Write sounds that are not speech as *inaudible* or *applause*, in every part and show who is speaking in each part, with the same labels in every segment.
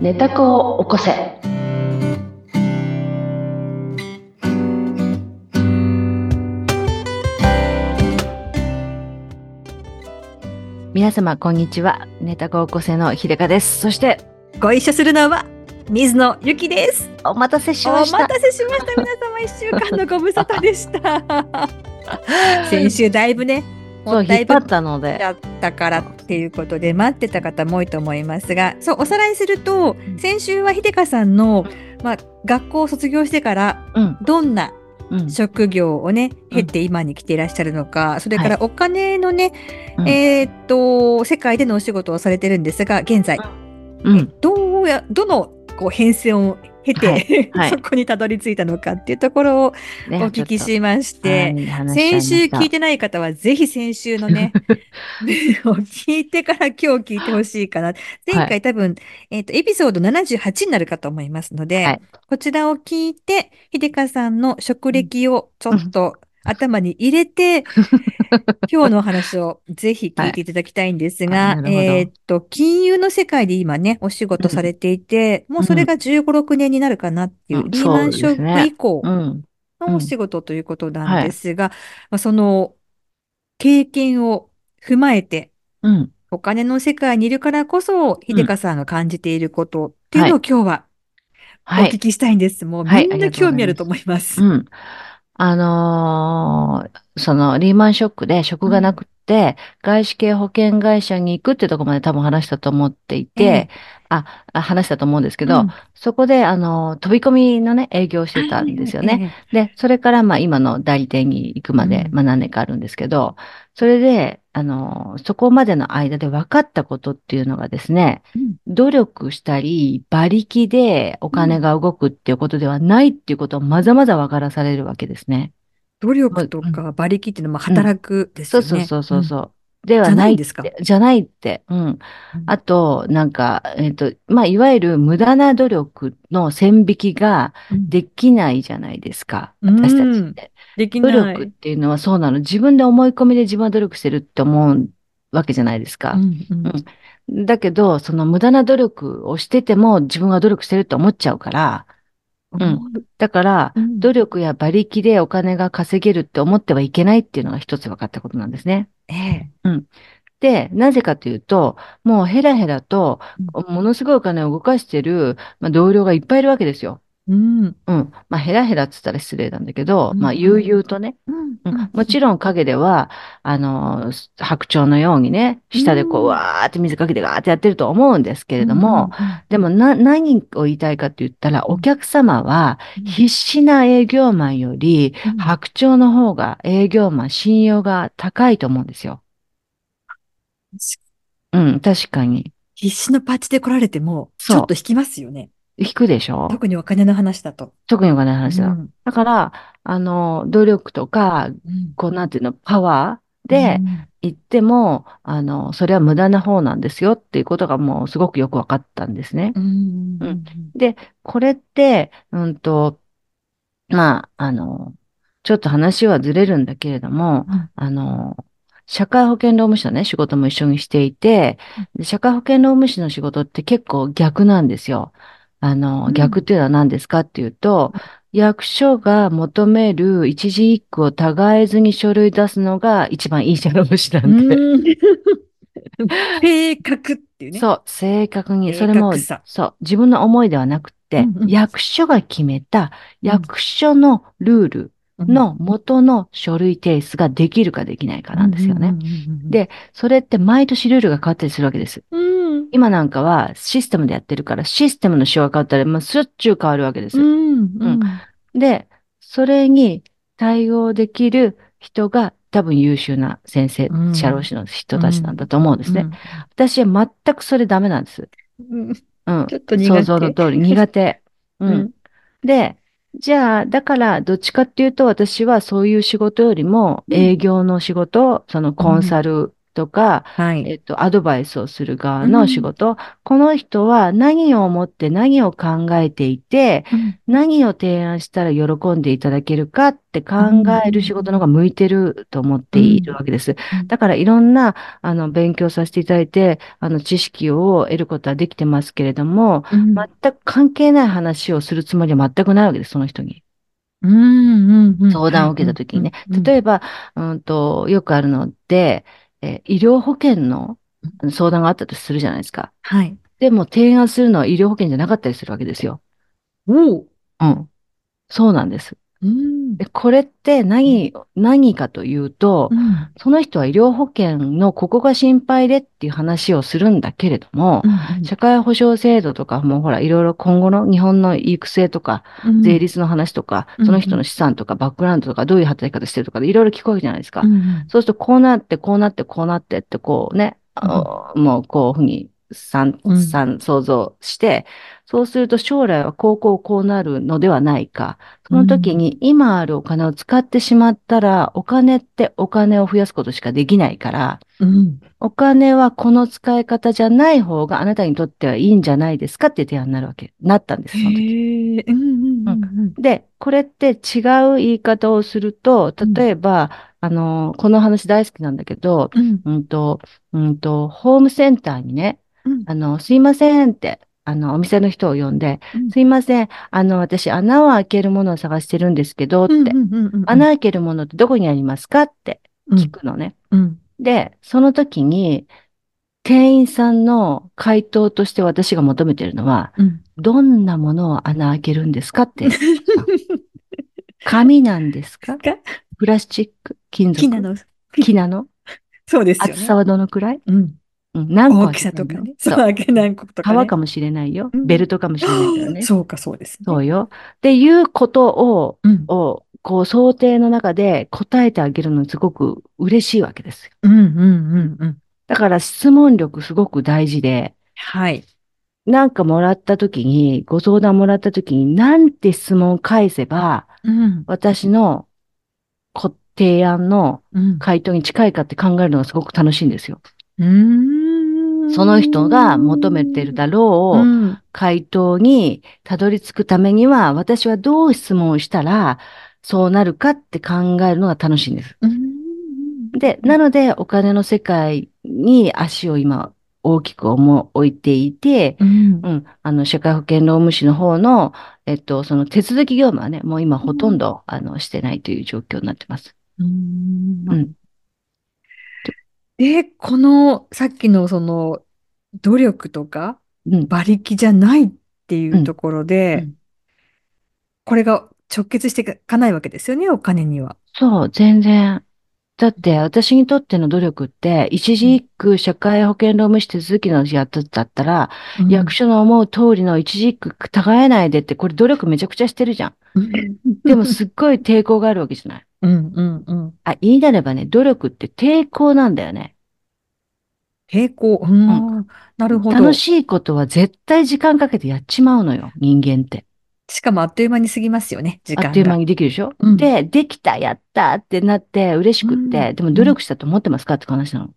Speaker 1: 寝た子を起こせ。皆様こんにちは。寝た子を起こせの秀香です。そして
Speaker 2: ご一緒するのは水野ゆきです。
Speaker 1: お待たせし
Speaker 2: お
Speaker 1: まし
Speaker 2: 待
Speaker 1: た。
Speaker 2: たせしました。皆様一週間のご無沙汰
Speaker 1: *laughs*
Speaker 2: でした。先週だいぶね、
Speaker 1: そ
Speaker 2: も
Speaker 1: う
Speaker 2: った
Speaker 1: 引
Speaker 2: い
Speaker 1: っ張
Speaker 2: ぶ
Speaker 1: っ
Speaker 2: った
Speaker 1: ので。
Speaker 2: だったからっていうことで待ってた方も多いと思いますが、そうおさらいすると
Speaker 1: ん、
Speaker 2: 先週は秀香さんのまあ学校を卒業してから
Speaker 1: うん
Speaker 2: どんな
Speaker 1: うん。
Speaker 2: 職業をね、
Speaker 1: うん
Speaker 2: 経って今に来ていらっしゃるのか、それか
Speaker 1: は
Speaker 2: らお金のね、
Speaker 1: うん
Speaker 2: えーっと、世界でのお仕事をされてるんですが、現在、
Speaker 1: うん。
Speaker 2: どうや、どのこう変遷を経て、
Speaker 1: ははい
Speaker 2: *laughs* そこにたどり着いたのかっていうところをお
Speaker 1: ね
Speaker 2: 聞きしまして、、先週聞いてない方は、ぜひ先週の
Speaker 1: *laughs*
Speaker 2: ね、 *laughs* を聞いてから今日聞いてほしいかな。前回多分、えっ、と、エピソード78になるかと思いますので、
Speaker 1: はい
Speaker 2: こちらを聞いて、秀香さんの職歴をちょっと頭に入
Speaker 1: *laughs*
Speaker 2: れて、今日のお話をぜひ聞いていただきたいんです
Speaker 1: はいあ
Speaker 2: が、
Speaker 1: なるほど
Speaker 2: えっと、金融の世界で今ね、お仕事されていて、もうそれが15、6年になるかなっていう、
Speaker 1: うん
Speaker 2: リーマンシ
Speaker 1: そ
Speaker 2: ョ
Speaker 1: うです
Speaker 2: ッ
Speaker 1: ね
Speaker 2: ク以降
Speaker 1: うん。うん
Speaker 2: のお仕事ということ
Speaker 1: うん
Speaker 2: な
Speaker 1: は
Speaker 2: ん
Speaker 1: い
Speaker 2: ですが、まあその経験を踏まえて、
Speaker 1: うん。
Speaker 2: お金の世界にいるからこそ、
Speaker 1: ん
Speaker 2: 秀香さんが感じていることっていうのを今日はお
Speaker 1: はい
Speaker 2: 聞。きしたいんです。もう
Speaker 1: はい
Speaker 2: みん
Speaker 1: ありがとうござい
Speaker 2: な
Speaker 1: ます
Speaker 2: 興味あると思います。
Speaker 1: うん。あのーそのリーマンショックで職がなくって、外資系保険会社に行くってとこまで多分話したと思っていて、
Speaker 2: ええ
Speaker 1: あ、あ話したと思うんですけ
Speaker 2: け
Speaker 1: ど、そこで、あのー飛び込みのね、営業をしてたんですよね。。で、それから、まあ、今の代理店に行くまで
Speaker 2: う、ん
Speaker 1: まあ、何年かあるんですけど、それで、あの、そこまでの間で分かったことっていうのがですね、
Speaker 2: うん
Speaker 1: 努力したり、馬力でお金が動くっていうことではないっていうことをまざまざ分からされるわけですね。
Speaker 2: 努力とか馬力っていうのはまあ働くです
Speaker 1: そ
Speaker 2: よ
Speaker 1: う
Speaker 2: ね。
Speaker 1: そうそうそう
Speaker 2: う
Speaker 1: そ
Speaker 2: ん。
Speaker 1: う。では
Speaker 2: じゃ
Speaker 1: な
Speaker 2: ないい
Speaker 1: っ
Speaker 2: ん
Speaker 1: て
Speaker 2: ですか
Speaker 1: じゃないって。うん。あと、なんか、えっと、まあ、いわゆる無駄な努力の線引きが
Speaker 2: うん
Speaker 1: できないじゃないですか。
Speaker 2: うん
Speaker 1: 私たちって。
Speaker 2: でき
Speaker 1: 努
Speaker 2: ない。
Speaker 1: 力っていうのはそうなの。自分で思い込みで自分は努力してるって思うわけじゃないです
Speaker 2: う
Speaker 1: か。
Speaker 2: んうん
Speaker 1: うんだけど、その無駄な努力をしてても自分は努力してるって思っちゃうから、うんだから、
Speaker 2: うん
Speaker 1: 努力や馬力でお金が稼げるって思ってはいけないっていうのが一つ分かったことなんですね。
Speaker 2: ええ
Speaker 1: で、なぜかというと、もうヘラヘラと、ものすごいお金を動かしてる、まあ、同僚がいっぱいいるわけですよ。
Speaker 2: うん
Speaker 1: うん。まあ、ヘラヘラって言ったら失礼なんだけど、まあ、
Speaker 2: うん
Speaker 1: 悠々とね、
Speaker 2: うん
Speaker 1: うんもちろん影では、あの、す白鳥のようにね、下でこう、
Speaker 2: うん
Speaker 1: わーって水かけてガーってやってると思うんですけれども、でもな、何を言いたいかって言ったら、お客様は
Speaker 2: うん
Speaker 1: 必死な営業マンより、
Speaker 2: うん
Speaker 1: 白鳥の方が営業マン信用が高いと思うんですよ。うん、確かに。
Speaker 2: 必死のパッチで来られても、ち
Speaker 1: そう
Speaker 2: ょっと引きますよね。
Speaker 1: 引くでしょ
Speaker 2: 特にお金の話だと。
Speaker 1: 特にお金の話だ。
Speaker 2: うん
Speaker 1: だから、あの、努力とか、
Speaker 2: うん
Speaker 1: こう、なんていうの、パワーで、
Speaker 2: うん
Speaker 1: 言っても、あの、それは無駄な方なんですよっていうことがもうすごくよく分かったんですね。
Speaker 2: うん
Speaker 1: うんこれって、うんと、まあ、あの、ちょっと話はずれるんだけれども、
Speaker 2: うん
Speaker 1: あの、社会保険労務士のね、仕事も一緒にしていて、で社会保険労務士の仕事って結構逆なんですよ。あの、
Speaker 2: うん
Speaker 1: 逆っていうのは何ですかっていうと、役所が求める一字一句を互えずに書類出すのが一番いい社労務士なんで。 *laughs*
Speaker 2: うん正確っていうね。
Speaker 1: そう、正確に、
Speaker 2: 正
Speaker 1: それも
Speaker 2: 確さ、
Speaker 1: そう、自分の思いではなくって、
Speaker 2: うんうん
Speaker 1: 役所が決めた役所のルール
Speaker 2: うん
Speaker 1: の元の書類提出ができるかできないかなんですよね。。でそれって毎年ルールが変わったりするわけです。
Speaker 2: うんうん
Speaker 1: 今なんかはシステムでやってるから、システムの仕様が変わったら、もうしょっちゅう変わるわけです。
Speaker 2: うんうんうん
Speaker 1: で、それに対応できる人が多分優秀な先生
Speaker 2: う、ん
Speaker 1: 社労士の人たちなんだと思うんですね。
Speaker 2: うん
Speaker 1: 私は全くそれダメなんです。
Speaker 2: うん
Speaker 1: うん。
Speaker 2: ちょっと苦手
Speaker 1: 想像の通り、苦 *laughs* 手。う
Speaker 2: うん
Speaker 1: ん。で、じゃあ、だから、どっちかっていうと、私はそういう仕事よりも、
Speaker 2: うん
Speaker 1: 営業の仕事、そのコンサルとか、
Speaker 2: はい。
Speaker 1: えっと、アドバイスをする側の仕事、この人は何を思って何を考えていて、何を提案したら喜んでいただけるかって考える仕事の方が向いてると思っているわけです。
Speaker 2: うん
Speaker 1: だからいろんな、あの、勉強させていただいて、あの、知識を得ることはできてますけれども、
Speaker 2: うん
Speaker 1: 全く関係ない話をするつもりは全くないわけです、その人に。
Speaker 2: うんうん
Speaker 1: 相談を受けた時にね。例
Speaker 2: え
Speaker 1: えば、うんと、よくあるので、えー医療保険のあの相談があったとするじゃないですか。
Speaker 2: ば、はい。
Speaker 1: でも提案するのは医療保険じゃなかったりするわけですよ。
Speaker 2: おう。
Speaker 1: うん。そうなんです。
Speaker 2: うん
Speaker 1: で、これって何、何かというと、
Speaker 2: うん
Speaker 1: その人は医療保険のここが心配でっていう話をするんだけれども、社会保障制度とかもほら、いろいろ今後の日本の行く末とか、
Speaker 2: うん
Speaker 1: 税率の話とか、
Speaker 2: うん
Speaker 1: その人の資産とかバックグラウンドとか、どういう働き方してるとかでいろいろ聞くわけじゃないですか
Speaker 2: う。ん
Speaker 1: そうすると、こうなって、こうなって、こうなってって、こうね、あのもうこういうふうに、三
Speaker 2: うん、
Speaker 1: 三想像して、そうすると将来はこうこうこうなるのではないか。その時に今あるお金を使ってしまったら、お金ってお金を増やすことしかできないから、
Speaker 2: うん
Speaker 1: お金はこの使い方じゃない方があなたにとってはいいんじゃないですかっていう提案になるわけ、なったんです、その時。
Speaker 2: へえうんうんうんうん
Speaker 1: で、これって違う言い方をすると、例えば、あの、この話大好きなんだけど、
Speaker 2: うん
Speaker 1: うんと、うんと、ホームセンターにね、
Speaker 2: うん
Speaker 1: あの、すいませんって、あの、お店の人を呼んで、
Speaker 2: うん
Speaker 1: すいません、あの、私、穴を開けるものを探してるんですけど、って、
Speaker 2: うんうんうんうん
Speaker 1: 穴開けるものってどこにありますかって聞くのね。
Speaker 2: うん
Speaker 1: で、その時に、店員さんの回答として私が求めてるのは、
Speaker 2: うん
Speaker 1: どんなものを穴開けるんですか
Speaker 2: *laughs*
Speaker 1: って。紙なんですか
Speaker 2: が
Speaker 1: プラスチック金属
Speaker 2: 木なの
Speaker 1: 木なの
Speaker 2: そうですよ
Speaker 1: 厚
Speaker 2: ね
Speaker 1: さはどのくらい、
Speaker 2: うん
Speaker 1: うん、何個
Speaker 2: 大
Speaker 1: 開
Speaker 2: き
Speaker 1: け
Speaker 2: さ
Speaker 1: て
Speaker 2: と
Speaker 1: んの
Speaker 2: かねそ
Speaker 1: そうう。
Speaker 2: あけ何個とかね
Speaker 1: 皮かもしれないよ
Speaker 2: う。ん
Speaker 1: ベルトかもしれないからね。
Speaker 2: *laughs* そうかそうですね
Speaker 1: そうよ。っていうことを、
Speaker 2: うん
Speaker 1: を、こう想定の中で答えてあげるのすごく嬉しいわけですよ。
Speaker 2: うんうんうんうん
Speaker 1: だから質問力すごく大事で、
Speaker 2: はい
Speaker 1: なんかもらった時に、ご相談もらった時に、なんて質問を返せば、
Speaker 2: うん
Speaker 1: 私のこ提案の
Speaker 2: うん
Speaker 1: 回答に近いかって考えるのがすごく楽しいんですよ。
Speaker 2: うーん
Speaker 1: その人が求めてるだろう
Speaker 2: うん
Speaker 1: 回答にたどり着くためには、私はどう質問をしたら、そうなるかって考えるのが楽しいんです。
Speaker 2: うん
Speaker 1: で、なので、お金の世界に足を今、大きく思う置いていて、
Speaker 2: うん
Speaker 1: うん、あの、社会保険労務士の方の、えっと、その手続き業務はね、もう今ほとんど、あの、してないという状況になってます。
Speaker 2: うん
Speaker 1: うん。
Speaker 2: で、このさっきのその努力とか
Speaker 1: うん。
Speaker 2: 馬力じゃないっていうところ
Speaker 1: うんう
Speaker 2: で
Speaker 1: ん、
Speaker 2: これが直結していかないわけですよね、お金には。
Speaker 1: そう、全然。だって、私にとっての努力って、一字一句社会保険労務士手続きのやつだったら、
Speaker 2: うん
Speaker 1: 役所の思う通りの一字一句違えないでって、これ努力めちゃくちゃしてるじゃん。でも、すっごい抵抗があるわけじゃない。
Speaker 2: *laughs* うんうんうん。
Speaker 1: あ、言いなればね、努力って抵抗なんだよね。
Speaker 2: 平行。うんなるほど。
Speaker 1: 楽しいことは絶対時間かけてやっちまうのよ、人間って。
Speaker 2: しかもあっという間に過ぎますよね、時
Speaker 1: あ
Speaker 2: 間
Speaker 1: っという間
Speaker 2: が。
Speaker 1: にできるでしょ、
Speaker 2: うん
Speaker 1: で、できた、やったってなって嬉しくって、
Speaker 2: うん
Speaker 1: でも努力したと思ってますかって話なの。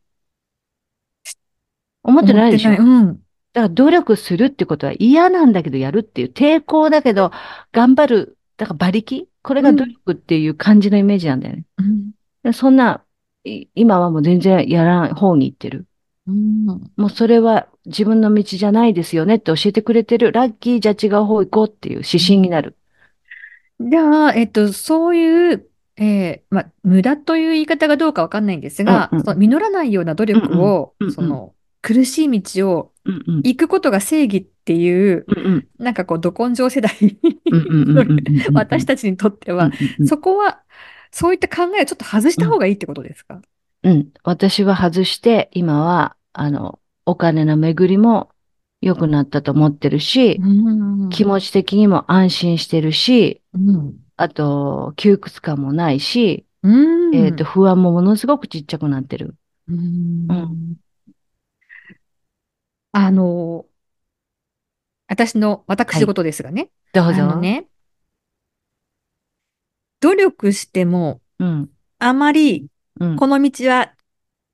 Speaker 1: 思ってないでしょ
Speaker 2: 思ってない。う
Speaker 1: だ
Speaker 2: ん。
Speaker 1: から努力するってことは嫌なんだけどやるっていう抵抗だけど頑張る。だから馬力これが努力っていう感じのイメージなんだよね。
Speaker 2: うん
Speaker 1: でそんな、い今はもう全然やらない方に行ってる。
Speaker 2: うん
Speaker 1: もうそれは自分の道じゃないですよねって教えてくれてる。ラッキーじゃあ違う方行こうっていう指針になる。
Speaker 2: じゃあ、えっと、そういう、えーまあ、無駄という言い方がどうかわかんないんですが、
Speaker 1: うんうん
Speaker 2: その実らないような努力を
Speaker 1: うんうんうんうん、
Speaker 2: その、苦しい道を
Speaker 1: うんうん。
Speaker 2: 行くことが正義っていう、
Speaker 1: うんうん
Speaker 2: なんかこう、ど根性世代、
Speaker 1: うんうんうんうんうんうん。
Speaker 2: 私たちにとっては、
Speaker 1: うん
Speaker 2: そこは、そういった考えをちょっと外した方がいいってことですか
Speaker 1: うん。私は外して、今は、あの、お金の巡りも良くなったと思ってるし、
Speaker 2: うん
Speaker 1: 気持ち的にも安心してるし、
Speaker 2: うん。
Speaker 1: あと、窮屈感もないし、
Speaker 2: うん
Speaker 1: えっと、不安もものすごくちっちゃくなってる。
Speaker 2: うー
Speaker 1: うん
Speaker 2: あの、私の、私事ですがね。
Speaker 1: どう
Speaker 2: あ
Speaker 1: ぞ。
Speaker 2: のね、努力しても、
Speaker 1: うん。
Speaker 2: あまり、
Speaker 1: うん。
Speaker 2: この道は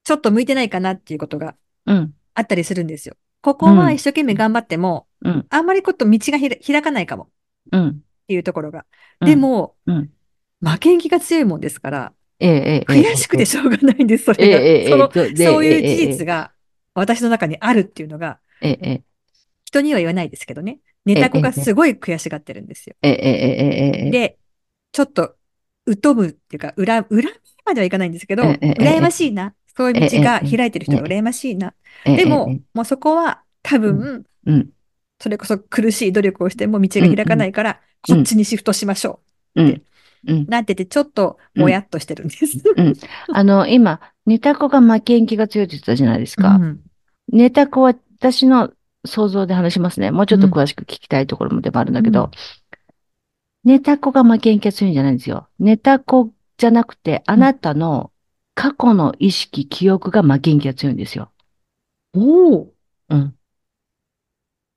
Speaker 2: ちょっと向いてないかなっていうことが
Speaker 1: うん。
Speaker 2: あったりするんですよ。ここ
Speaker 1: う
Speaker 2: は
Speaker 1: ん
Speaker 2: 一生懸命頑張っても、
Speaker 1: うん。
Speaker 2: あんまりこと道がひら開かないかもっ
Speaker 1: うん。
Speaker 2: ていうところが。
Speaker 1: うん
Speaker 2: で、も、
Speaker 1: うん
Speaker 2: 負けん気が強いもんですから、
Speaker 1: ええ、ええ、
Speaker 2: 悔しくてしょうがないんです、そ
Speaker 1: ええ、え
Speaker 2: れ
Speaker 1: え、ええ、
Speaker 2: が。その
Speaker 1: ええ、で
Speaker 2: そう
Speaker 1: ええ
Speaker 2: いう事
Speaker 1: え
Speaker 2: 実が私の中にあるっていうのが、
Speaker 1: え、ええ、
Speaker 2: 人には言わないですけどね。ネタ子がすごい悔しがってるんですよ。
Speaker 1: ええ、ええ、ええ、ええ、
Speaker 2: で、ちょっと、疎むっていうか、裏、恨みまではいかないんですけど、
Speaker 1: ええええ
Speaker 2: 羨ましいな。そういう道が開いてる人が
Speaker 1: え
Speaker 2: 羨ましいな。
Speaker 1: ええ、
Speaker 2: で
Speaker 1: ええ
Speaker 2: も、、もうそこは多分、
Speaker 1: うん、
Speaker 2: それこそ苦しい努力をしても道が開かないから、
Speaker 1: うん
Speaker 2: こっちにシフトしましょ
Speaker 1: うん、うん
Speaker 2: う。。なんて言って、ちょっと、もやっとしてるんです。
Speaker 1: あの、今、ネタ子が負けん気が強いって言ってたじゃないですか。
Speaker 2: うん
Speaker 1: ネタ子は私の想像で話しますね。もうちょっと詳しく聞きたいところもでもあるんだけど、ネタ子が負けん気が強いんじゃないんですよ。ネタ子じゃなくて、あなたの過去の意識、記憶が負けん気が強いんですよ。
Speaker 2: おお、
Speaker 1: うん。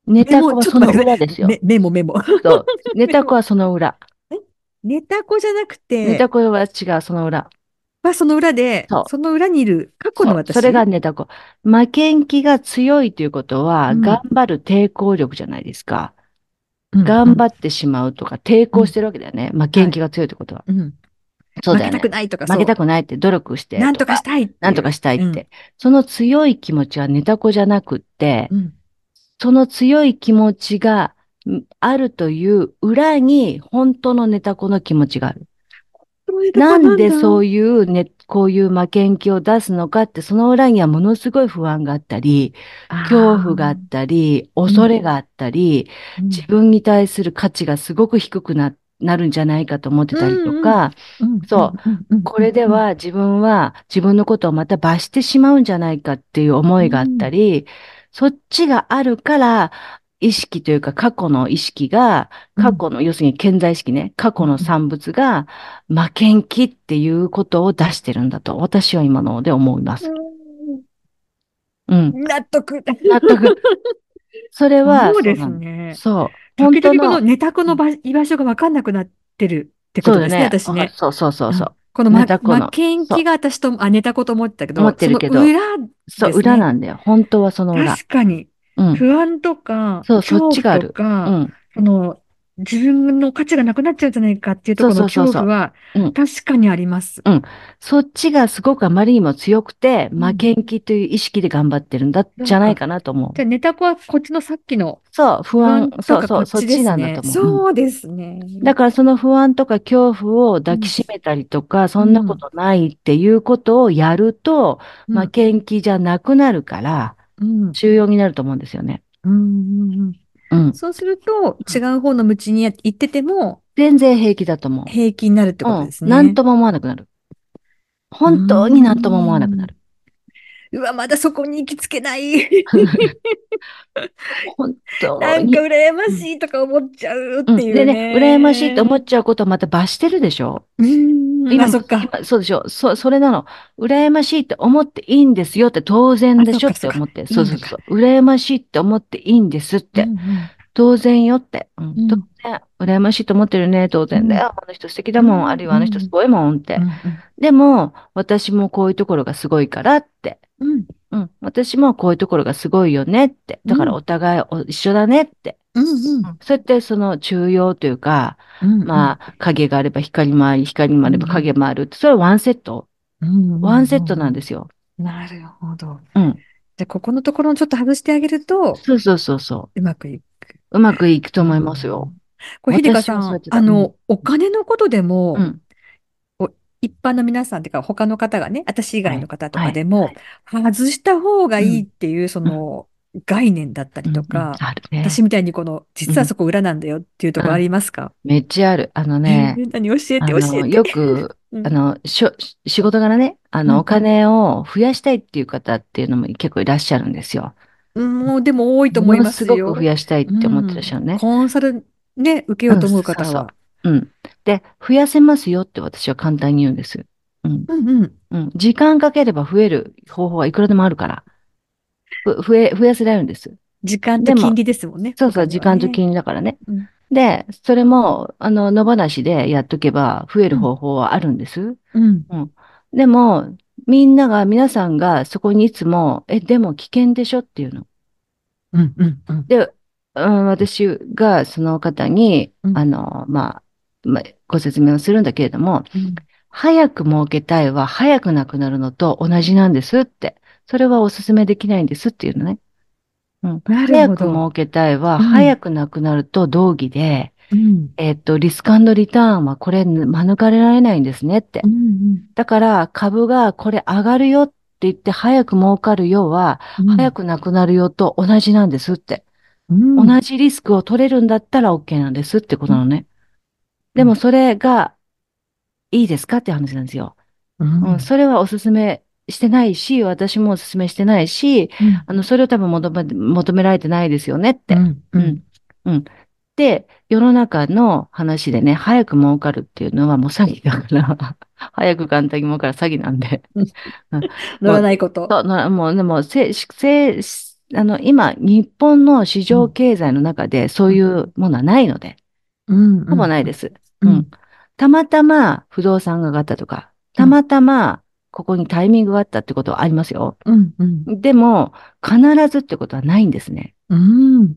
Speaker 1: ネタ子はその裏ですよ。
Speaker 2: メメモメモ。 *laughs*
Speaker 1: そう。ネタ子はその裏。
Speaker 2: ネタ子じゃなく
Speaker 1: ネ
Speaker 2: て
Speaker 1: タ、子は違う、その裏。
Speaker 2: まあその裏で、
Speaker 1: そう
Speaker 2: その裏にいる過去の
Speaker 1: そう
Speaker 2: 私。
Speaker 1: それがネタ子。負けん気が強いということは、
Speaker 2: うん
Speaker 1: 頑張る抵抗力じゃないですか。
Speaker 2: うん、
Speaker 1: 頑張ってしまうとか、抵抗してるわけだよね。負けん気が強いってことは。
Speaker 2: うん、
Speaker 1: そう
Speaker 2: 負
Speaker 1: だ
Speaker 2: け
Speaker 1: よ
Speaker 2: た
Speaker 1: ね
Speaker 2: く。ないとか、
Speaker 1: 負けた
Speaker 2: く
Speaker 1: くないって努力して。
Speaker 2: なんとかしたいっていう
Speaker 1: なんとかしたいっ
Speaker 2: うん
Speaker 1: て。その強い気持ちはネタ子じゃなくって、
Speaker 2: うん
Speaker 1: その強い気持ちがんあるという裏に本当のネタ子の気持ちがある。なんでそうういうね、こういう負けん気を出すのかって、その裏にはものすごい不安があったり、恐怖があったり、恐れがあったり、
Speaker 2: うん
Speaker 1: 自分に対する価値がすごく低くな、なるんじゃないかと思ってたりとか、
Speaker 2: うん
Speaker 1: そこれで、は自分は自分のことをまた罰してしまうんじゃないかっていう思いがあったり、そっちがあるから、意識というか過去の意識が、
Speaker 2: うん
Speaker 1: 過去の、要するに健在意識ね、過去の産物が負けん気っていうことを出してるんだと、私は今ので思います。うん。
Speaker 2: うん納得。
Speaker 1: 納
Speaker 2: *laughs*
Speaker 1: 得。それは、
Speaker 2: そうです
Speaker 1: なの
Speaker 2: ね。
Speaker 1: そう。
Speaker 2: 時々このネタ子の場居場所が分かんなくなってるってこ
Speaker 1: そう
Speaker 2: と
Speaker 1: だ
Speaker 2: ですね、私ね。
Speaker 1: そうそうそうそう。
Speaker 2: このま
Speaker 1: ネタ子の
Speaker 2: 負けん気が私と、あ、ネタ子と思ってたけど、
Speaker 1: 思ってるけど
Speaker 2: その裏、
Speaker 1: そう、
Speaker 2: ですね
Speaker 1: 裏なんだよ。本当はその裏。
Speaker 2: 確かに、
Speaker 1: うん。
Speaker 2: 不安とか、
Speaker 1: そうそっちがある
Speaker 2: 恐怖と
Speaker 1: うん。
Speaker 2: か、その、自分の価値がなくなっちゃうんじゃないかっていうところの
Speaker 1: そうそうそうそ
Speaker 2: 恐
Speaker 1: う
Speaker 2: 怖は
Speaker 1: うん、
Speaker 2: 確かにあります。
Speaker 1: そっちがすごくあまりにも強くて、
Speaker 2: うん
Speaker 1: 負けん気という意識で頑張ってるんだ、
Speaker 2: か
Speaker 1: じゃないかなと思
Speaker 2: じ
Speaker 1: う。
Speaker 2: ゃあ、ネタ子はこっちのさっきの
Speaker 1: そう、不
Speaker 2: 不
Speaker 1: 安
Speaker 2: 安、
Speaker 1: そ
Speaker 2: と
Speaker 1: う
Speaker 2: か
Speaker 1: そ
Speaker 2: こ
Speaker 1: う、
Speaker 2: っ
Speaker 1: そっ
Speaker 2: ちで
Speaker 1: ち
Speaker 2: す
Speaker 1: なんだ
Speaker 2: ね
Speaker 1: と。思う。うん
Speaker 2: そうですね。
Speaker 1: だからその不安とか恐怖を抱きしめたりとか、そんなことないっていうことをやると、
Speaker 2: うん
Speaker 1: 負けん気じゃなくなるから、
Speaker 2: うん
Speaker 1: 中庸になると思うんですよね。
Speaker 2: うんうんうん
Speaker 1: うん。
Speaker 2: そうすると、違う方の道に行ってても、
Speaker 1: 全然平気だと思う。
Speaker 2: 平気になるってことです
Speaker 1: うん
Speaker 2: ね。
Speaker 1: なんとも思わなくなる。本当になんとも思わなくなる。
Speaker 2: うわ、まだそこに行きつけない。
Speaker 1: 本当
Speaker 2: なん
Speaker 1: に
Speaker 2: か。羨ましいとか思っちゃうって
Speaker 1: うん
Speaker 2: い
Speaker 1: で
Speaker 2: う
Speaker 1: ね、
Speaker 2: ね。
Speaker 1: 羨ましいと思っちゃうことをまた罰してるでしょ
Speaker 2: うん。
Speaker 1: 今
Speaker 2: あ、そっか。
Speaker 1: 今そうでしょそ、それなの。羨ましいって思っていいんですよって当然でしょ
Speaker 2: あ
Speaker 1: っ
Speaker 2: そ
Speaker 1: て
Speaker 2: っか
Speaker 1: 思って。そ
Speaker 2: そうっか
Speaker 1: そうそう。羨ましいって思っていいんですって。
Speaker 2: うんうん
Speaker 1: 当然よって。うん
Speaker 2: うん
Speaker 1: 当然。羨ましいと思ってるね。当然だよ。あの人素敵だも。
Speaker 2: うんん
Speaker 1: あるいはあの人すごいもんって。でも、私もこういうところがすごいからって。
Speaker 2: うんう
Speaker 1: う
Speaker 2: ん
Speaker 1: ん。私もこういうところがすごいよねって。だから
Speaker 2: うん
Speaker 1: お互いお一緒だねって。
Speaker 2: うん
Speaker 1: そうやってその中庸というか、
Speaker 2: うん
Speaker 1: まあ、影があれば光もあり、光もあれば
Speaker 2: うん
Speaker 1: 影もあるって、それはワンセット。
Speaker 2: うん
Speaker 1: ワンセットなん
Speaker 2: で
Speaker 1: ですよ。
Speaker 2: なるほど。
Speaker 1: うん。
Speaker 2: じゃあ、ここのところをちょっと外してあげると、
Speaker 1: そうそうそうそう
Speaker 2: まくいく。
Speaker 1: う。うまくいくと思いますよ。
Speaker 2: これ、ひでか
Speaker 1: 私
Speaker 2: さ
Speaker 1: もそうやっ
Speaker 2: ん
Speaker 1: て、た
Speaker 2: あの、お金のことでも、
Speaker 1: うん。
Speaker 2: 一般の皆さんっていうか、他の方がね、私以外の方と
Speaker 1: は
Speaker 2: か
Speaker 1: い
Speaker 2: でも、外した方がいいっていう、その、概念だったりと
Speaker 1: うんうん
Speaker 2: か、
Speaker 1: あるね。
Speaker 2: 私みたいにこの、実はそこ裏なんだよっていうところありますか
Speaker 1: めっちゃある。あのね、
Speaker 2: え何教え
Speaker 1: あ
Speaker 2: て、教え
Speaker 1: の、
Speaker 2: て。
Speaker 1: よく、
Speaker 2: うん
Speaker 1: あの、しょ、仕事柄ね、あ
Speaker 2: う
Speaker 1: の、
Speaker 2: ん
Speaker 1: お金を増やしたいっていう方っていうのも結構いらっしゃるんですよ。
Speaker 2: うんもう、でも多いと
Speaker 1: も
Speaker 2: 思い
Speaker 1: の
Speaker 2: ますす
Speaker 1: ご
Speaker 2: よ。
Speaker 1: く増やしたいって思ってらっしゃる
Speaker 2: うん
Speaker 1: ね。
Speaker 2: コンサルね、受けようと思う方
Speaker 1: うんそう
Speaker 2: は。
Speaker 1: うん。で、増やせますよって私は簡単に言うんです。うん。
Speaker 2: うんうん。
Speaker 1: うん。時間かければ増える方法はいくらでもあるから。ふ増え、増やせられるんです。
Speaker 2: 時間
Speaker 1: で
Speaker 2: と
Speaker 1: も
Speaker 2: 金利ですもんね。
Speaker 1: そうそう、
Speaker 2: お
Speaker 1: 時間
Speaker 2: 金はね
Speaker 1: と金利だからね。
Speaker 2: うん
Speaker 1: で、それも、あの、野放しでやっとけば増える方法はあるんです。
Speaker 2: うん。
Speaker 1: でも、みんなが、皆さんがそこにいつも、え、でも危険でしょっていうの。
Speaker 2: うんうんうん。
Speaker 1: で、うん、私がその方に、
Speaker 2: うん
Speaker 1: あの、まあ、まあ、ご説明をするんだけれども、
Speaker 2: うん
Speaker 1: 早く儲けたいは早くなくなるのと同じなんですって。それはお勧めできないんですっていうのね。うん。
Speaker 2: なる
Speaker 1: 早
Speaker 2: ほ
Speaker 1: く
Speaker 2: ど。
Speaker 1: 儲けたいは
Speaker 2: うん
Speaker 1: 早くなくなると同義で、
Speaker 2: うん
Speaker 1: えっと、リスクリターンはこれ免れられないんですねって
Speaker 2: う。ん
Speaker 1: だから株がこれ上がるよって言って早く儲かるよは
Speaker 2: うん。
Speaker 1: 早くなくなるよと同じなんですって。
Speaker 2: うん、
Speaker 1: 同じリスクを取れるんだったら OK なんですってことなのね。でもそれがいいですかって話なんですよ。
Speaker 2: うん
Speaker 1: うん、それはお勧めしてないし、私もお勧めしてないし、
Speaker 2: うん
Speaker 1: あの、それを多分求め、求められてないですよねって。
Speaker 2: うんう
Speaker 1: うんん。で、世の中の話でね、早く儲かるっていうのはもう詐欺だから、 *laughs* 早く簡単に儲かる詐欺なんで。
Speaker 2: 乗らないこと。
Speaker 1: そうなもう、でも、せ、せ、あの、今、日本の市場経済の中でそういうものはないので、
Speaker 2: うん。
Speaker 1: ほぼないですす。うん。たまたま不動産が上がったとか、たまたまここにタイミングがあったってことはありますよ。
Speaker 2: うんうん
Speaker 1: でも、必ずってことはないんですね。
Speaker 2: うん。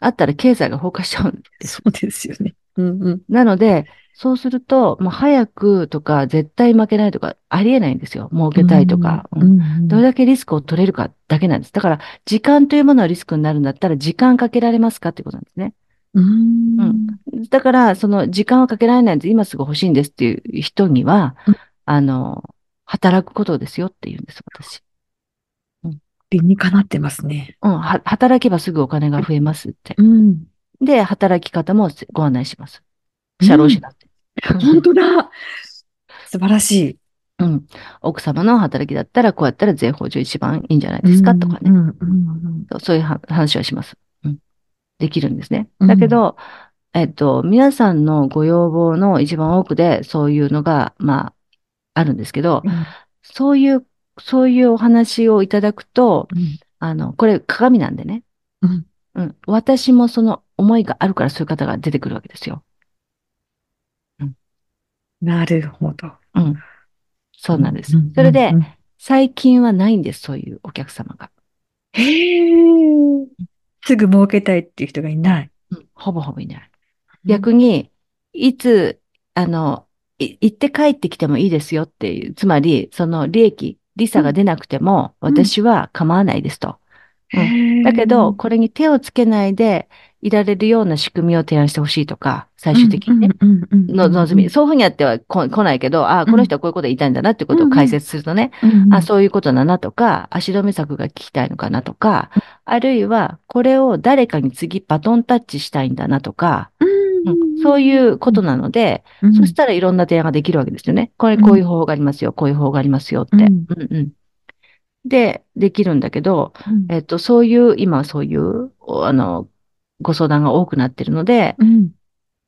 Speaker 1: あったら経済が崩壊しちゃうんです。
Speaker 2: そうですよね。うんうん。
Speaker 1: なので、そうすると、もう早くとか、絶対負けないとか、ありえないんですよ。儲けたいとか。
Speaker 2: う
Speaker 1: うん
Speaker 2: ん
Speaker 1: どれだけリスクを取れるかだけなんです。だから、時間というものはリスクになるんだったら、時間かけられますかってことなんですね。
Speaker 2: うん
Speaker 1: うんだから、その時間はかけられないんです。今すぐ欲しいんですっていう人には
Speaker 2: うん、
Speaker 1: あの、働くことですよって言うんです、私。
Speaker 2: 理にかなってますね。
Speaker 1: うん、は働けばすぐお金が増えますって。
Speaker 2: うん。
Speaker 1: で、働き方もご案内します。社労士だって。
Speaker 2: 本当だ。素晴らし
Speaker 1: うん。奥様の働きだったら、こうやったら税法上一番いいんじゃない
Speaker 2: い。
Speaker 1: ですかとか
Speaker 2: う
Speaker 1: ね。
Speaker 2: んうん
Speaker 1: そういうは話をします。うん。できるんですね。
Speaker 2: うん
Speaker 1: だけど、えっと、皆さんのご要望の一番多くで、そういうのが、まあ、あるんですけど、
Speaker 2: うん
Speaker 1: そういう、そういうお話をいただくと、あの、これ鏡なんでね。
Speaker 2: うん
Speaker 1: うん。私もその思いがあるからそういう方が出てくるわけですよ。
Speaker 2: なるほど。
Speaker 1: うん。そうなんです。
Speaker 2: うう
Speaker 1: それで
Speaker 2: うん、
Speaker 1: 最近はないんです、そういうお客様が。
Speaker 2: へえ。すぐ儲けたいっていう人がいない。
Speaker 1: うん。ほぼほぼいない。逆に、いつ、あの、い行って帰ってきてもいいですよっていう、つまり、その利益、利差が出なくても、
Speaker 2: ん
Speaker 1: 私は構わないですと。うん
Speaker 2: へえ
Speaker 1: だけど、、これに手をつけないでいられるような仕組みを提案してほしいとか、最終的にね、
Speaker 2: うんうんうんうん
Speaker 1: の、望み。そういうふうにやってはこ来ないけど、ああ、この人はこういうこと言いたいんだなっていうことを解説するとね、
Speaker 2: うんうん
Speaker 1: あ、そういうことだなとか、足止め策が聞きたいのかなとか、あるいはこれを誰かに次バトンタッチしたいんだなとか、
Speaker 2: うん
Speaker 1: うんそういうことなので、
Speaker 2: うん
Speaker 1: そしたらいろんな提案ができるわけですよね。これこういう方法がありますよ、こういう方法がありますよって。
Speaker 2: うん
Speaker 1: うんうんで、できるんだけど、
Speaker 2: うん
Speaker 1: えっと、そういう、今はそういう、おあの、ご相談が多くなってるので、
Speaker 2: うん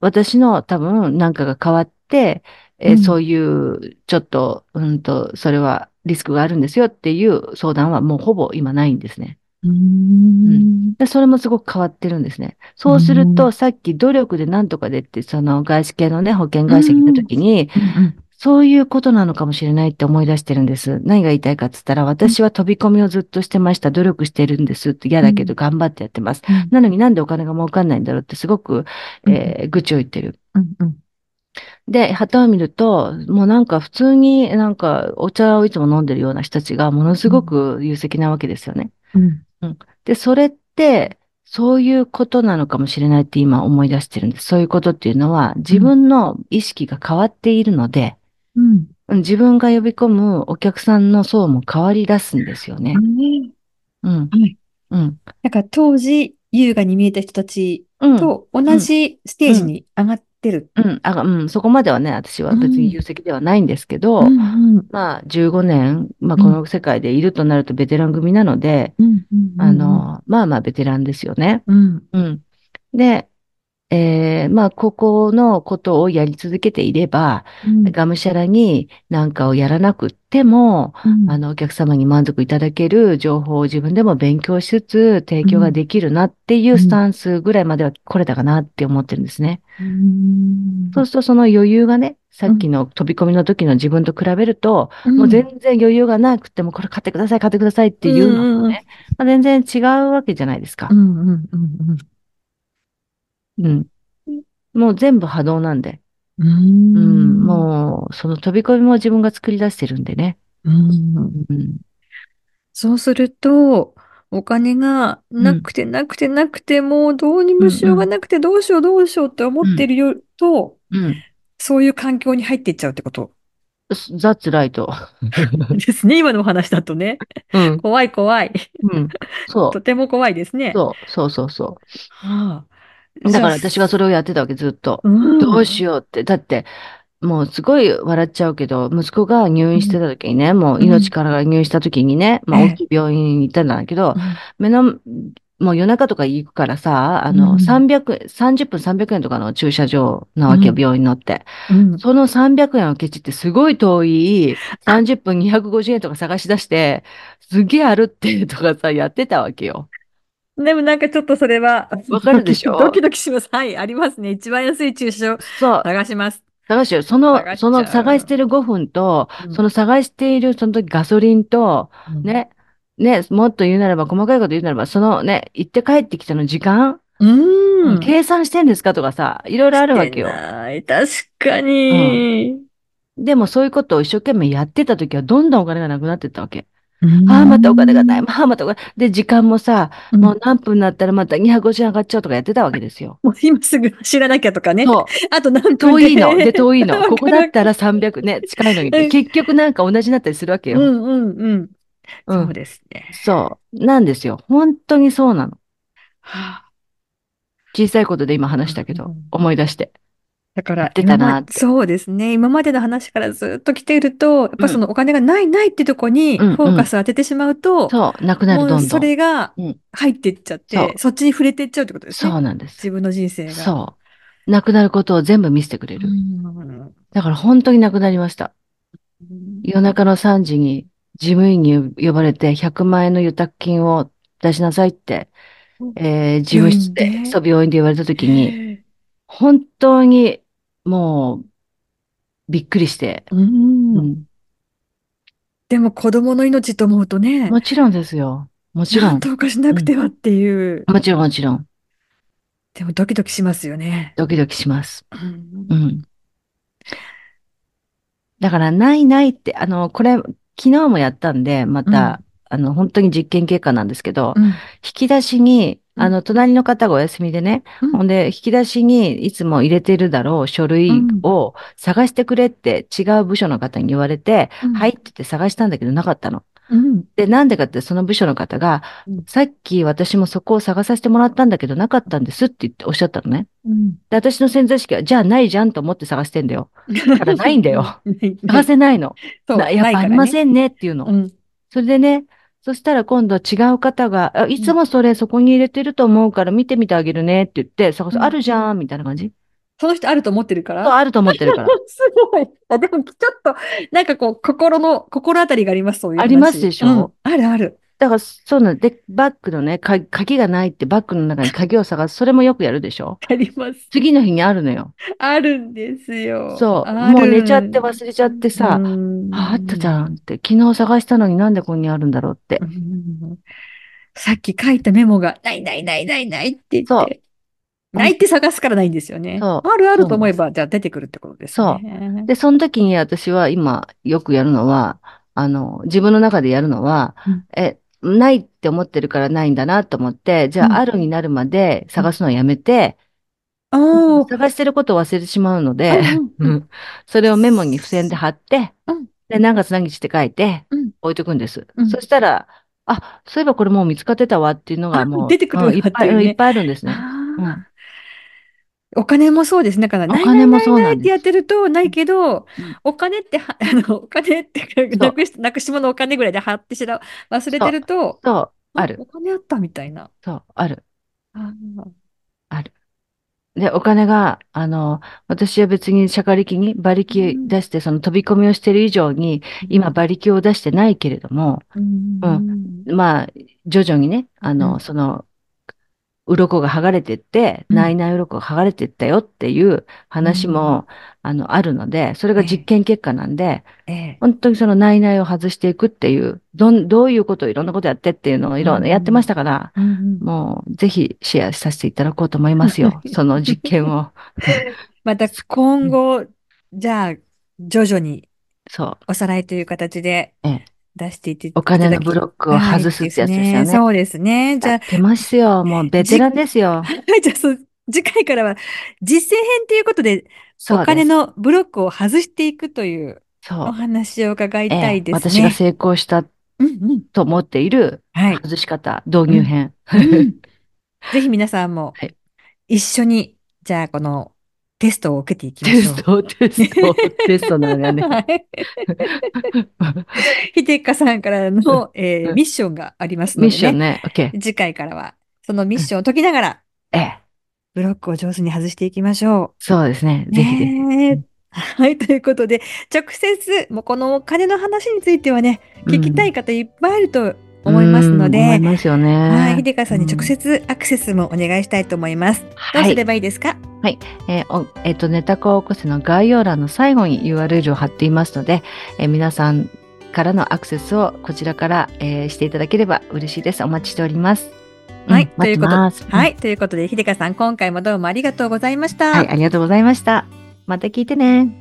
Speaker 1: 私の多分なんかが変わって、えー
Speaker 2: うん
Speaker 1: そういう、ちょっと、うんと、それはリスクがあるんですよっていう相談はもうほぼ今ないんですね。
Speaker 2: うん
Speaker 1: で、それもすごく変わってるんですね。そうする
Speaker 2: う
Speaker 1: と、さっき努力でなんとかでって、その外資系のね、保険会社に行った時に、そういうことなのかもしれないって思い出してるんです。何が言いたいかって言ったら、私は飛び込みをずっとしてました。努力してるんですって嫌だけど頑張ってやってます。
Speaker 2: うん
Speaker 1: なのになんでお金が儲かんないんだろうってすごく、えー愚痴を言ってる。
Speaker 2: うんうん
Speaker 1: で、旗を見ると、もうなんか普通になんかお茶をいつも飲んでるような人たちがものすごく有責なわけですよね。
Speaker 2: うん
Speaker 1: で、それって、そういうことなのかもしれないって今思い出してるんです。そういうことっていうのは、自分の意識が変わっているので、
Speaker 2: うん
Speaker 1: うん自分が呼び込むお客さんの層も変わり出すんですよね。うん。
Speaker 2: はい
Speaker 1: うん。
Speaker 2: なんか当時優雅に見えた人たち
Speaker 1: うん。
Speaker 2: と同じステージに上がってる。
Speaker 1: うん。あ、うん。そこまではね、私は別に有責ではないんですけど、
Speaker 2: うんうん
Speaker 1: まあ、15年、まあ、この世界でいるとなるとベテラン組なので、
Speaker 2: うんうんうん
Speaker 1: あの、まあまあ、ベテランですよね。
Speaker 2: うん
Speaker 1: うん。で、えーまあ、ここのことをやり続けていれば、
Speaker 2: うん
Speaker 1: がむしゃらになんかをやらなくっても、
Speaker 2: うん
Speaker 1: あの、お客様に満足いただける情報を自分でも勉強しつつ、提供ができるなっていうスタンスぐらいまでは来れたかなって思ってるんですね。
Speaker 2: うん
Speaker 1: そうすると、その余裕がね、さっきの飛び込みの時の自分と比べると、もう全然余裕がなくても、これ買ってください、買ってくださいっていうのとね、まあ、全然違うわけじゃないですか
Speaker 2: う。んうんうん
Speaker 1: うん。もう全部波動なんで。
Speaker 2: う。
Speaker 1: うんん。もう、その飛び込みも自分が作り出してるんでね。
Speaker 2: うん。
Speaker 1: うん。
Speaker 2: そうすると、お金がなくてなくてなくて、もうどうにもしようがなくて、どうしようどうしようって思ってるよと、
Speaker 1: うん。
Speaker 2: そういう環境に入っていっちゃうっ
Speaker 1: *laughs*
Speaker 2: てこと
Speaker 1: ザッツライト。
Speaker 2: ですね。今のお話だとね。
Speaker 1: うん。
Speaker 2: 怖い怖い。
Speaker 1: *laughs* うん。そ
Speaker 2: とても怖いですね
Speaker 1: う。。そう。そうそうそ
Speaker 2: はあ
Speaker 1: う。だから私がそれをやってたわけ、ずっと。どうしようって。だって、もうすごい笑っちゃうけど、息子が入院してた時にね、もう命からが入院した時にね、まあ
Speaker 2: ええ
Speaker 1: 大きい病院に行ったんだけど
Speaker 2: うん、
Speaker 1: 目の、もう夜中とか行くからさ、あ
Speaker 2: うん
Speaker 1: の、300、30分300円とかの駐車場なわけよ
Speaker 2: う、ん
Speaker 1: 病院のって。
Speaker 2: う。うん。
Speaker 1: その300円をケチってすごい遠い、30分250円とか探し出して、すげえあるってとかさ、やってたわけよ。
Speaker 2: でもなんかちょっとそれは、
Speaker 1: わかるでしょ
Speaker 2: ドキドキドキします。はい、ありますね。一番安い駐車場
Speaker 1: そう、
Speaker 2: 探します。
Speaker 1: 探してる。そ
Speaker 2: 下が
Speaker 1: の、
Speaker 2: っちゃ
Speaker 1: そうの探してる5分と、
Speaker 2: うん
Speaker 1: その探しているその時ガソリンと、ね、ね、もっと言うならば、細かいこと言うならば、そのね、行って帰ってきたの時間、
Speaker 2: うん。うん。
Speaker 1: 計算してんですかとかさ、いろいろあるわけよ。
Speaker 2: してない確かに。
Speaker 1: でもそういうことを一生懸命やってた時は、どんどんお金がなくなってったわけ。ああ、またお金がない。ああ、またお金。で、時間もさ、
Speaker 2: うん
Speaker 1: もう何分になったらまた250円上がっちゃうとかやってたわけですよ。
Speaker 2: もう今すぐ知らなきゃとかね。
Speaker 1: そう。
Speaker 2: あと何分
Speaker 1: 遠
Speaker 2: で
Speaker 1: い
Speaker 2: *laughs*
Speaker 1: の。で、遠い
Speaker 2: わ
Speaker 1: の。
Speaker 2: かる
Speaker 1: ここだったら300ね、近いのに。
Speaker 2: うん
Speaker 1: 結局なんか同じになったりするわけ
Speaker 2: *laughs* う
Speaker 1: よ。
Speaker 2: んうんうん。
Speaker 1: う。
Speaker 2: そうんですね。
Speaker 1: そう。なんですよ。本当にそうなの。
Speaker 2: はあ
Speaker 1: 小さいことで今話したけ
Speaker 2: う
Speaker 1: ど
Speaker 2: ん、
Speaker 1: 思い出して。
Speaker 2: だから、
Speaker 1: 出たな
Speaker 2: 今ま
Speaker 1: って
Speaker 2: そうですね。今までの話からずっと来ていると、やっぱそのお金がないないってとこに
Speaker 1: うんうん
Speaker 2: フォーカスを当ててしまうと、
Speaker 1: そう、なくなる、
Speaker 2: も
Speaker 1: ど
Speaker 2: うん
Speaker 1: ど
Speaker 2: そ
Speaker 1: ん。
Speaker 2: れが
Speaker 1: うん
Speaker 2: 入っていっちゃって、
Speaker 1: そう
Speaker 2: そっちに触れていっちゃうってことですね。
Speaker 1: そうなんです。
Speaker 2: 自分の人生が。
Speaker 1: そう。なくなることを全部見せてくれる。
Speaker 2: うん
Speaker 1: だから本当になくなりました。夜中の3時に事務員に呼ばれて100万円の預託金を出しなさいって
Speaker 2: うん、
Speaker 1: えー事務室
Speaker 2: 病院
Speaker 1: で、
Speaker 2: で
Speaker 1: そう、病院で言われた時に、本当にもうびっくりして、
Speaker 2: うん
Speaker 1: うん
Speaker 2: でも子供の命と思うとね、
Speaker 1: もちろんですよ。もちろ
Speaker 2: *laughs* なん
Speaker 1: ん。
Speaker 2: とかしなくてはっていう、
Speaker 1: もちろん、もちろん。
Speaker 2: でもドキドキしますよね。
Speaker 1: ドキドキします。
Speaker 2: うん
Speaker 1: うん。だから、ないないって、あの、これ、昨日もやったんで、また、あの、本当に実験結果なんですけど、
Speaker 2: うん
Speaker 1: 引き出しに、
Speaker 2: うん
Speaker 1: あの、隣の方がお休みでね、
Speaker 2: うん
Speaker 1: ほんで、引き出しにいつも入れてるだろう書類
Speaker 2: うん
Speaker 1: を探してくれって違う部署の方に言われて、
Speaker 2: うん
Speaker 1: 入ってて探したんだけどなかったの。
Speaker 2: うん
Speaker 1: で、なんでかってその部署の方が
Speaker 2: うん、
Speaker 1: さっき私もそこを探させてもらったんだけどなかったんですって言っておっしゃったのね。
Speaker 2: うん
Speaker 1: で、私の潜在意識は、じゃあないじゃんと思って探してんだよ。だからないんだよ。
Speaker 2: ない
Speaker 1: 探せないの。
Speaker 2: *laughs* そう
Speaker 1: なやっ
Speaker 2: な
Speaker 1: ぱ
Speaker 2: いか
Speaker 1: あ
Speaker 2: ら
Speaker 1: りま
Speaker 2: ね。
Speaker 1: せんねっていうの。
Speaker 2: うん
Speaker 1: それでね、そしたら今度違う方が、あいつもそれそこに入れてると思うから見てみてあげるねって言って、探す、
Speaker 2: うん
Speaker 1: あるじゃんみたいな感じ
Speaker 2: その人あると思ってるか
Speaker 1: そう、
Speaker 2: ら。
Speaker 1: あると思って
Speaker 2: *laughs*
Speaker 1: るから。
Speaker 2: すごい。あでも、ちょっと、なんかこう、心の、心当たりがあります、そういう話
Speaker 1: ありますでしょ
Speaker 2: うんあるある。
Speaker 1: だから、そうなんで、バッグのね、か鍵がないってバッグの中に鍵を探す、それもよくやるでしょ
Speaker 2: あります。
Speaker 1: 次の日にあるのよ。
Speaker 2: あるんですよ。
Speaker 1: そう。
Speaker 2: ある
Speaker 1: もう寝ちゃって忘れちゃってさ、
Speaker 2: うん
Speaker 1: あ、あったじゃんって、昨日探したのになんでここにあるんだろうって
Speaker 2: う。ん *laughs* さっき書いたメモが、ないないないないないって言
Speaker 1: そう
Speaker 2: って、ないって探すからないんですよね。
Speaker 1: そう
Speaker 2: あるあると思えば、じゃあ出てくるってことです
Speaker 1: そう
Speaker 2: ね。
Speaker 1: で、その時に私は今よくやるのは、あの、自分の中でやるのは、
Speaker 2: うん
Speaker 1: え、ないって思ってるからないんだなと思って、じゃあ、
Speaker 2: うん
Speaker 1: あるになるまで探すのをやめて、
Speaker 2: あー
Speaker 1: 探してることを忘れてしまうので、
Speaker 2: うんうん
Speaker 1: それをメモに付箋で貼って、
Speaker 2: うん
Speaker 1: で、何月何日って書いて
Speaker 2: うん、
Speaker 1: 置いとくんです。
Speaker 2: うん
Speaker 1: そしたら、あ、そういえばこれもう見つかってたわっていうのが
Speaker 2: あ
Speaker 1: もう、
Speaker 2: *laughs* 出てくる
Speaker 1: うんい
Speaker 2: よ
Speaker 1: っ
Speaker 2: うにな
Speaker 1: ぱ
Speaker 2: っ
Speaker 1: い、
Speaker 2: てるね
Speaker 1: うんいっぱいあるんですね。
Speaker 2: あ
Speaker 1: う
Speaker 2: ー
Speaker 1: ん
Speaker 2: お金もそうですね。だから、
Speaker 1: お金もそうない
Speaker 2: なないない
Speaker 1: ん
Speaker 2: って
Speaker 1: で
Speaker 2: やってると、ないけど
Speaker 1: ん、
Speaker 2: お金っては、 *laughs* あの、お金って、なくし、なくし物お金ぐらいで貼ってしら、忘れてると、
Speaker 1: す。そう、ある。
Speaker 2: お金あったみたいな。
Speaker 1: そう、ある。
Speaker 2: あ
Speaker 1: で、お金が、あの、私は別に釈迦力に馬力出して、その飛び込みをしている以上に、今馬力を出してないけれども、
Speaker 2: ー、うん
Speaker 1: まあ、徐々にね、あ
Speaker 2: うん
Speaker 1: の、その、鱗が剥がれてって、
Speaker 2: うん
Speaker 1: 内々鱗が剥がれてったよっていう話も、あの、あるので、それが実験結果なんで、
Speaker 2: ええ。
Speaker 1: 本当にその内々を外していくっていう、どん、どういうことをいろんなことやってっていうのをいろんなやってましたから、
Speaker 2: うんうん
Speaker 1: もうぜひシェアさせていただこうと思います
Speaker 2: *laughs*
Speaker 1: よ。その実験を。
Speaker 2: また今後、じゃあ、徐々に
Speaker 1: そう。
Speaker 2: おさらいという形で
Speaker 1: ええ
Speaker 2: 出していってい
Speaker 1: お
Speaker 2: た
Speaker 1: 金
Speaker 2: だ
Speaker 1: の
Speaker 2: き
Speaker 1: ブロックを外すってやつです
Speaker 2: は
Speaker 1: よ
Speaker 2: い
Speaker 1: ね。
Speaker 2: そうですね。じ
Speaker 1: や
Speaker 2: ゃ
Speaker 1: っ
Speaker 2: あ、
Speaker 1: てますよ。もうベテランですよ。
Speaker 2: じゃあそう、次回からは実践編ということで、
Speaker 1: そう
Speaker 2: お
Speaker 1: です
Speaker 2: 金のブロックを外していくという
Speaker 1: そう
Speaker 2: お。話を伺い
Speaker 1: ええ
Speaker 2: たいですね。
Speaker 1: 私が成功した
Speaker 2: うんうん。
Speaker 1: と思っている *laughs*
Speaker 2: はい。
Speaker 1: 外し方、導入編。
Speaker 2: うんぜひ皆さんも
Speaker 1: はい
Speaker 2: 一緒に、じゃあこのテストを受けていき
Speaker 1: *laughs*
Speaker 2: ま
Speaker 1: テ
Speaker 2: しょう。
Speaker 1: スト、テスト、テストなのがね。
Speaker 2: はい。ひでっかさんからの、えー
Speaker 1: うん
Speaker 2: ミッションがありますの
Speaker 1: ミ
Speaker 2: で、ね、
Speaker 1: ッションね。OK。
Speaker 2: *laughs* 次回からは、そのミッションを解きながら、
Speaker 1: ええ。
Speaker 2: ブロックを上手に外していきましょ
Speaker 1: そうですね。
Speaker 2: う。
Speaker 1: *laughs* ぜひぜ
Speaker 2: ねえ
Speaker 1: うん
Speaker 2: *laughs* はい、ということで、直接、もうこのお金の話についてはね、
Speaker 1: ひ。
Speaker 2: 聞きたい方いっぱいあると
Speaker 1: うん
Speaker 2: 思いますの
Speaker 1: うん思
Speaker 2: で、
Speaker 1: いますよね。
Speaker 2: はい、ひでかさんに直接アクセスもお願いしたいと思います。どう
Speaker 1: は
Speaker 2: す
Speaker 1: い
Speaker 2: れ。ばいいですか、
Speaker 1: えーおえっと、ネタコを起こせの概要欄の最後に URL を貼っていますので、えー皆さんからのアクセスをこちらから、えーしていただければ嬉しいです。お待ちしております。
Speaker 2: は
Speaker 1: う
Speaker 2: い
Speaker 1: ん待ってます。。
Speaker 2: はいい、ということで、ひでかさん、今回もどうもありがとうございました。
Speaker 1: はい、ありがとうございました。また聞いてね。